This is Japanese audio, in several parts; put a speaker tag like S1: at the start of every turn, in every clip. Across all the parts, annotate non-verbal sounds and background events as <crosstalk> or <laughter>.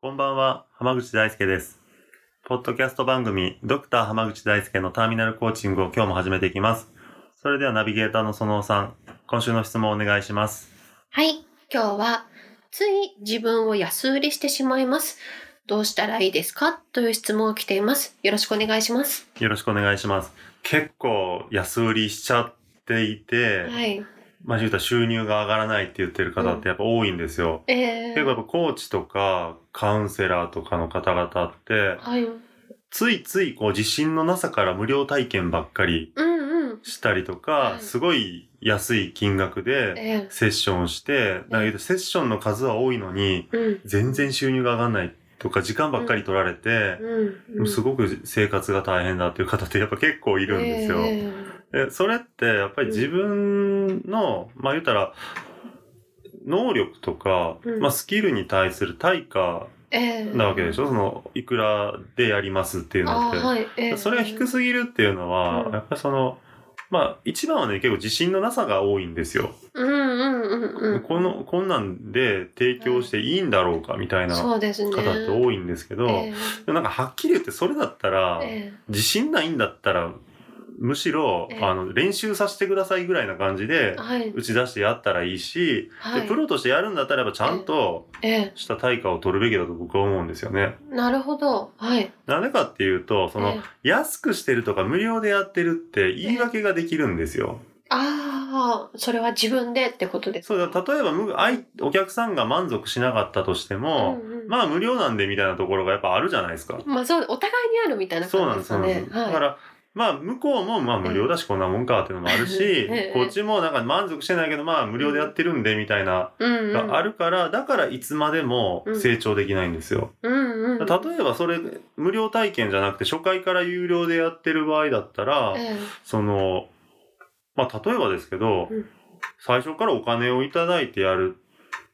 S1: こんばんは、浜口大輔です。ポッドキャスト番組、ドクター浜口大輔のターミナルコーチングを今日も始めていきます。それではナビゲーターのそのおさん、今週の質問をお願いします。
S2: はい、今日はつい自分を安売りしてしまいます。どうしたらいいですかという質問が来ています。よろしくお願いします。
S1: よろしくお願いします。結構安売りしちゃっていて、
S2: はい。
S1: まあ言うたら収入が上がらないって言ってる方ってやっぱ多いんですよ。
S2: え
S1: 結構やっぱ
S2: ー、
S1: コーチとかカウンセラーとかの方々って、
S2: はい。うん
S1: ついついこう自信のなさから無料体験ばっかり
S3: 嗯
S2: うん。
S1: したりと
S2: は
S1: か、
S2: い
S1: すごい安い金額で
S2: え
S1: セッションをして、だけどセッションの数は多いのに、
S2: ー、うん。
S1: 全然収入が上がらないとか、時間ばっかり取られて、
S2: うん、
S1: すごく生活が大変だっていう方ってやっぱ結構い
S2: い
S1: るんですよ。
S2: えー
S1: でそれってやっぱり自分の、まあ言ったら、能力とか、
S2: うん
S1: まあスキルに対する対価
S2: えー、
S1: なわけでしょ、その、いくらでやりますっていうの
S2: あ
S1: って。
S2: ーはい。えー、
S1: それが低すぎるっていうのは、
S2: うん
S1: やっぱりその、まあ、一番はね、結構自信のなさが多いんですよ。
S2: うんうんうんうん。
S1: この、こんなんで提供していいんだろうかみたいな方
S2: そうですね。
S1: って多いんですけど、
S2: え
S1: でもなんかはっきり言ってそれだったら
S2: ー、え
S1: 自信ないんだったら、むしろ、
S2: ええ
S1: あの、練習させてくださいぐらいな感じで
S2: ー、、はい。
S1: 打ち出してやったらいいし、
S2: は
S1: で
S2: い
S1: プ。ロとしてやるんだったらやっぱちゃんと
S2: え
S1: した対価を取るべきだと僕は思うんですよね。
S2: ー、なるほど。はい。
S1: なんでかっていうと、その、
S2: えー、
S1: 安くしてるとか無料でやってるって言い訳ができるんですよ。
S2: ああ、それは自分でってことです
S1: そうだ、
S2: か。
S1: 例えばむあいお客さんが満足しなかったとしても、
S2: うんうん
S1: まあ無料なんでみたいなところがやっぱあるじゃないですか。
S2: まあそうお互いにあるみたいな
S1: そうな
S2: 感
S1: ん
S2: じ
S1: で、
S2: ですす
S1: そう
S2: か
S1: なんです。。だ
S2: ね
S1: か
S2: は
S1: ら、まあ向こうもまあ無料だしこんなもんかっていうのもあるし、
S2: <laughs> ええ
S1: こっちもなんか満足してないけどまあ無料でやってるんでみたいな、
S2: い。うん、うん。
S1: があるから、だからいつまでも成長できないんですよ。
S2: うんうん。
S1: 例えばそれ無料体験じゃなくて初回から有料でやってる場合だったら、
S2: え
S1: その、まあ、例えばですけど、
S2: うん
S1: 最初からお金をいただいてやる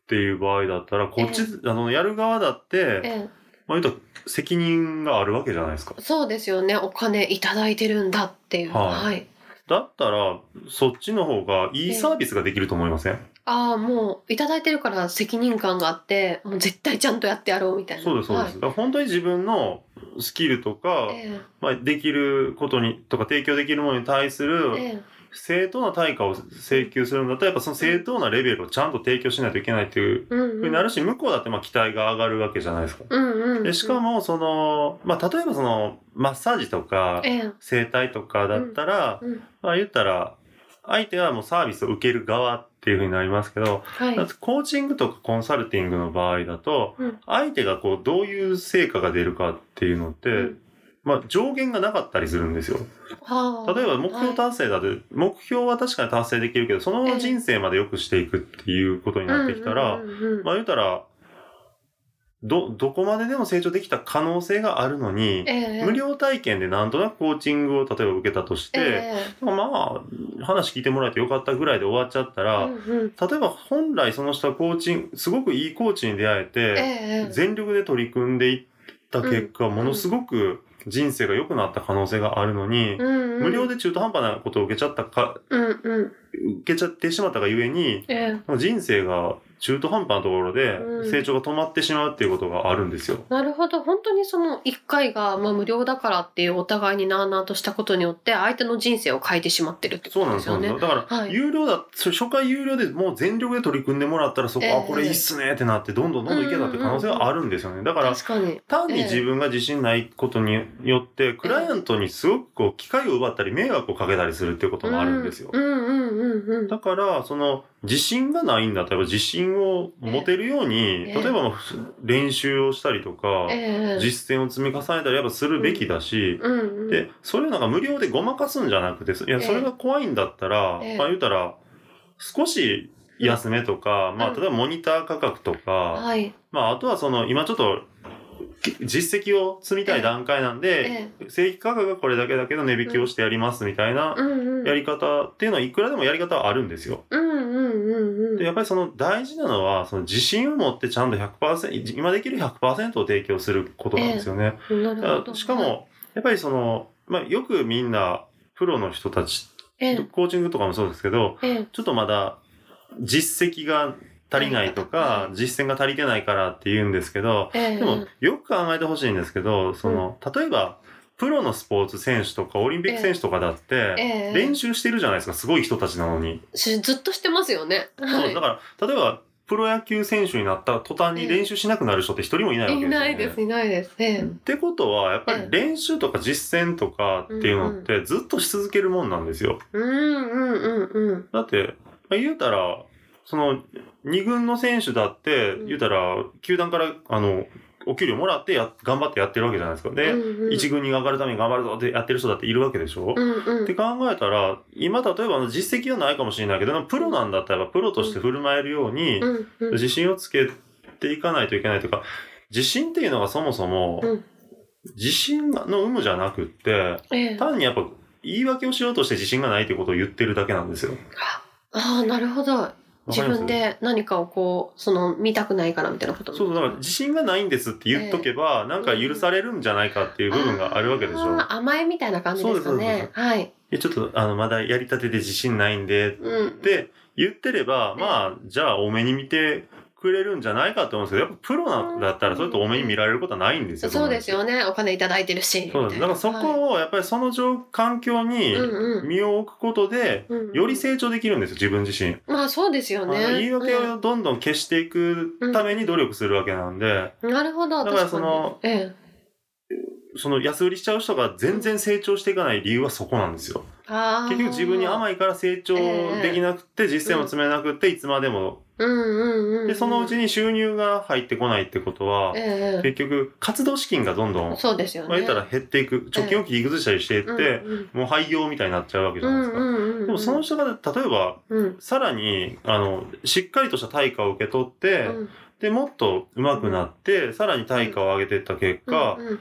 S1: っていう場合だったら、こっち、
S2: え
S1: あの、やる側だって
S2: え、え
S1: まあ、言うと、責任があるわけじゃないですか
S2: え。そうですよね。お金いただいてるんだっていう。
S1: はい
S2: はい。
S1: だったら、そっちの方がいい
S2: ええ
S1: サービスができると思いません、
S2: ああ、もういただいてるから責任感があって、もう絶対ちゃんとやってやろうみたいな。
S1: そうです、そうです。だから本当に自分のスキルとか
S2: はい。、え
S1: まあ、できることに、とか提供できるものに対する
S2: え、え
S1: 正当な対価を請求するんだったら、やっぱその正当なレベルをちゃんと提供しないといけないっていう
S2: え、うん、
S1: ふ
S2: う。
S1: うんになるし、向こうだってまあ期待が上がるわけじゃないですか。
S2: うんうんうん。
S1: でしかも、その、まあ、例えばその、マッサージとか、
S2: ええ、
S1: 整体とかだったら、
S2: うん。
S1: まあ、言ったら、相手はもうサービスを受ける側っていうふうになりますけど、
S2: はい。
S1: だってコーチングとかコンサルティングの場合だと、
S2: うん
S1: 相手がこう、どういう成果が出るかっていうのって、
S2: うん
S1: まあ、上限がなかったりするんですよ。
S2: はあ
S1: 例えば、目標達成だって、目標は確かに達成できるけど、その人生まで良くしていくっていうことになってきたら、
S2: うんうんうんうん
S1: まあ言うたら、ど、どこまででも成長できた可能性があるのに、
S2: ええ、
S1: 無料体験でなんとなくコーチングを例えば受けたとして、
S2: え
S1: まあ、話聞いてもらえてよかったぐらいで終わっちゃった
S2: え、
S1: ら、
S2: うんうん
S1: 例えば本来その人はコーチング、すごくいいコーチに出会え
S2: え
S1: て、
S2: え、
S1: 全力で取り組んでいった結果、ものすごく人生が良くなった可能性があるのに、
S2: うんうん
S1: 無料で中途半端なことを受けちゃったか、
S2: うんうん。
S1: 受けちゃってしまったがゆえに、
S2: ええ。
S1: 人生が中途半端なところで
S2: うん
S1: 成長が止まってしまうっていうことがあるんですよ。
S2: なるほど本当にその1回が、まあ、無料だからっていうお互いになあなあとしたことによって相手の人生を変えてしまってるってこ
S1: そう
S2: と
S1: なん
S2: で
S1: ですすよ
S2: よ
S1: ね。
S2: ね。
S1: だから、
S2: はい
S1: 有料だ、そ初回有料でもう全力で取り組んでもらったらそこ、
S2: ええ
S1: あ、これいいっすねってなって、どんどんどんどんいけたっていう可能性があるんですよね。だから、
S2: 確かに。
S1: 単に自分が自信ないことによって、クライアントにすごくこう、機会を奪ったり、迷惑をかけたりするっていうこともあるんですよ。
S2: うんうんうんうん。
S1: だから、その、自信がないんだったら、自信を持てるように、
S2: え
S1: 例え
S2: え
S1: ばまあ練習をしたりとか、
S2: ええ
S1: 実践を積み重ねたりやっぱするべきだし、
S2: うんうん、
S1: でそれをなんか無料でごまかすんじゃなくてそいや
S2: ええ
S1: それが怖いんだったら、
S2: ええ
S1: まあ言うたら少し安めとか、まあ、
S2: うん
S1: 例えばモニター価格とか、
S2: はい。
S1: まあ、あとはその、今ちょっと、実績を積みたい段階なんで、
S2: ええ。
S1: 正規価格がこれだけだけど値引きをしてやりますみたいな
S2: うんうん。
S1: やり方っていうのはいくらでもやり方はあるんですよ。
S2: うんうんうんうん。
S1: でやっぱりその大事なのは、その自信を持ってちゃんと100%、今できる100%を提供することなんですよね。だ
S2: なるほ
S1: から
S2: ど。
S1: しか、も、やっぱりその、まあ、よくみんな、プロの人たち、
S2: ええ、
S1: コーチングとかもそうですけど、
S2: ええ、
S1: ちょっとまだ実績が足りないとか
S2: は、
S1: 実践が足りてないからって言うんですけど、
S2: ええ。
S1: でもよく考えてほしいんですけど、その、例えば、プロのスポーツ選手とかオリンピック選手とかだって、
S2: ええ、
S1: 練習してるじゃないですか、すごい人たちなのに。
S2: しずっとしてますよね。
S1: そう、だから、例えば、プロ野球選手になった途端に練習しなくなる人って一人もいないわけです
S2: い
S1: よね。
S2: ないです、いないです。ええ
S1: ってことは、やっぱ
S2: え
S1: り
S2: え
S1: 練習とか実践とかっていうのってずっとし続けるもんなんですよ。
S2: うんうんうんうん。
S1: だって、まあ言うたら、その、二軍の選手だって
S2: う、ん
S1: 言うたら、球団から、あの、お給料もらってや、頑張ってやってるわけじゃないですか。で、
S2: うんうん、
S1: 一軍に上がるために頑張るぞってやってる人だっているわけでしょ、
S2: うんうん、
S1: って考えたら、今例えばあの実績はないかもしれないけど、プロなんだったらプロとして振る舞えるように、
S2: うんうん
S1: 自信をつけていかないといけないというか、自信っていうのがそもそも、
S2: うん
S1: 自信の有無じゃなくって、
S2: ええ
S1: 単にやっぱ言い訳をしようとして自信がないということを言ってるだけなんですよ。
S2: ああ、なるほど。
S1: わ
S2: 自
S1: かります
S2: 分。で何かをこう、その、見たくないからみたいなこと
S1: そうそう、だから自信がないんですって言っとけば、なんか許されるんじゃないかっていう部分があるわけでしょ。
S2: あー甘えみたいな感じですか
S1: そうですそう
S2: ね。はい。
S1: えちょっと、あの、まだやりたてで自信ないんで、
S2: うん。
S1: って言ってれば、まあ、じゃあ多めに見てくれるんじゃないかと思うんですけど、やっぱプロなんだったらそれと多めに見られることはないんですよ。
S2: そうです
S1: ね
S2: よね。お金いただいてるし。
S1: そうなんです。だからそ
S2: を、
S1: こを、やっぱりその状環境に
S2: うんうん
S1: 身を置くことで、
S2: うんうん
S1: より成長できるんですよ、自分自身。
S2: まあそうですよ
S1: ま
S2: ね。
S1: あ言い訳をどんどん消していくために努力するわけなんで、
S2: うんなるほ
S1: だ
S2: ど。
S1: から
S2: 確に
S1: その、
S2: ええ。
S1: その安売りしちゃう人が全然成長していかない理由はそこなんですよ。
S2: ああ。
S1: 結局自分に甘いから成長できなくて、実践を積めなくて、いつまでも。
S2: うんうんうん。
S1: で、そのうち
S2: に、
S1: に収入が入ってこないってことは、
S2: ええ
S1: 結局活動資金がどんどん、
S2: そうですよね。
S1: まあ言ったら減っていく、貯金を切り崩したりしていって、
S2: うんうん
S1: もう廃業みたいになっちゃうわけじゃないですか。で
S2: で
S1: もその人が例えば
S2: うん
S1: さらにあのしっかりとした対価を受け取って、
S2: うん
S1: でもっと上手くなって、さらに対価を上げていった結果、
S2: うん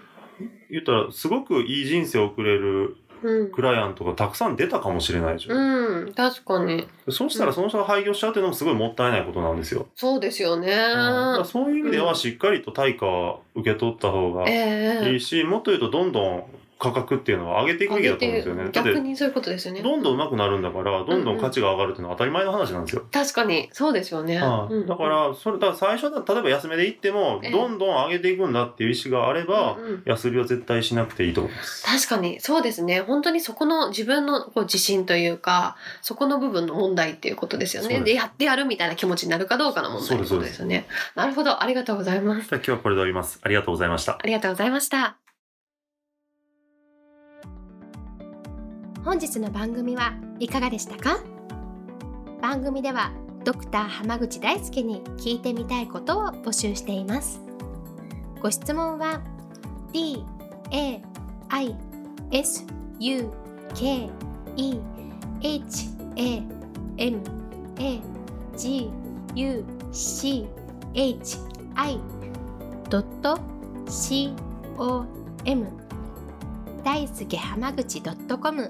S1: 言ったらすごくいい人生を送れる
S2: うん
S1: クライアントがたくさん出たかもしれないでしょ、
S2: うん、確かに
S1: そうしたらその人が廃業しちゃうっていうのもすごいもったいないことなんですよ、
S2: そうですよね。
S1: だからそういう意味で
S2: う
S1: は
S2: ん
S1: しっかりと対価を受け取った方が
S2: え
S1: い
S2: え
S1: いし、もっと言うとどんどん価格っていうのは上げていくべきだと思うんですよねだっ
S2: 逆
S1: て
S2: にそういうことですよね。
S1: どんどん上手くなるんだからどんどん価値が上がるっていうのは当たり前の話なんですよ
S2: 確かにそうですよね。
S1: はい
S2: うん
S1: だから、それ、だから最初だ例えば安めで行っても
S2: ええ、
S1: どんどん上げていくんだっていう意思があれば
S2: う、んうん
S1: 安売りは絶対しなくていいと思います。
S2: 確かにそうですね本当にそこの自分のこう自信というかそこの部分の問題っていうことですよ
S1: そう
S2: ね
S1: です
S2: でやってやるみたいな気持ちになるかどうかの問題ってことですよねなるほどありがとうございます
S1: じゃあ今日はこれで終わります。ありがとうございました。
S2: ありがとうございました
S3: 本日の番組はいかがでしたか番組ではドクター濱口大輔に聞いてみたいことを募集していますご質問は d a i s u k e h a m a g u c h i c o m 大輔濱口 .com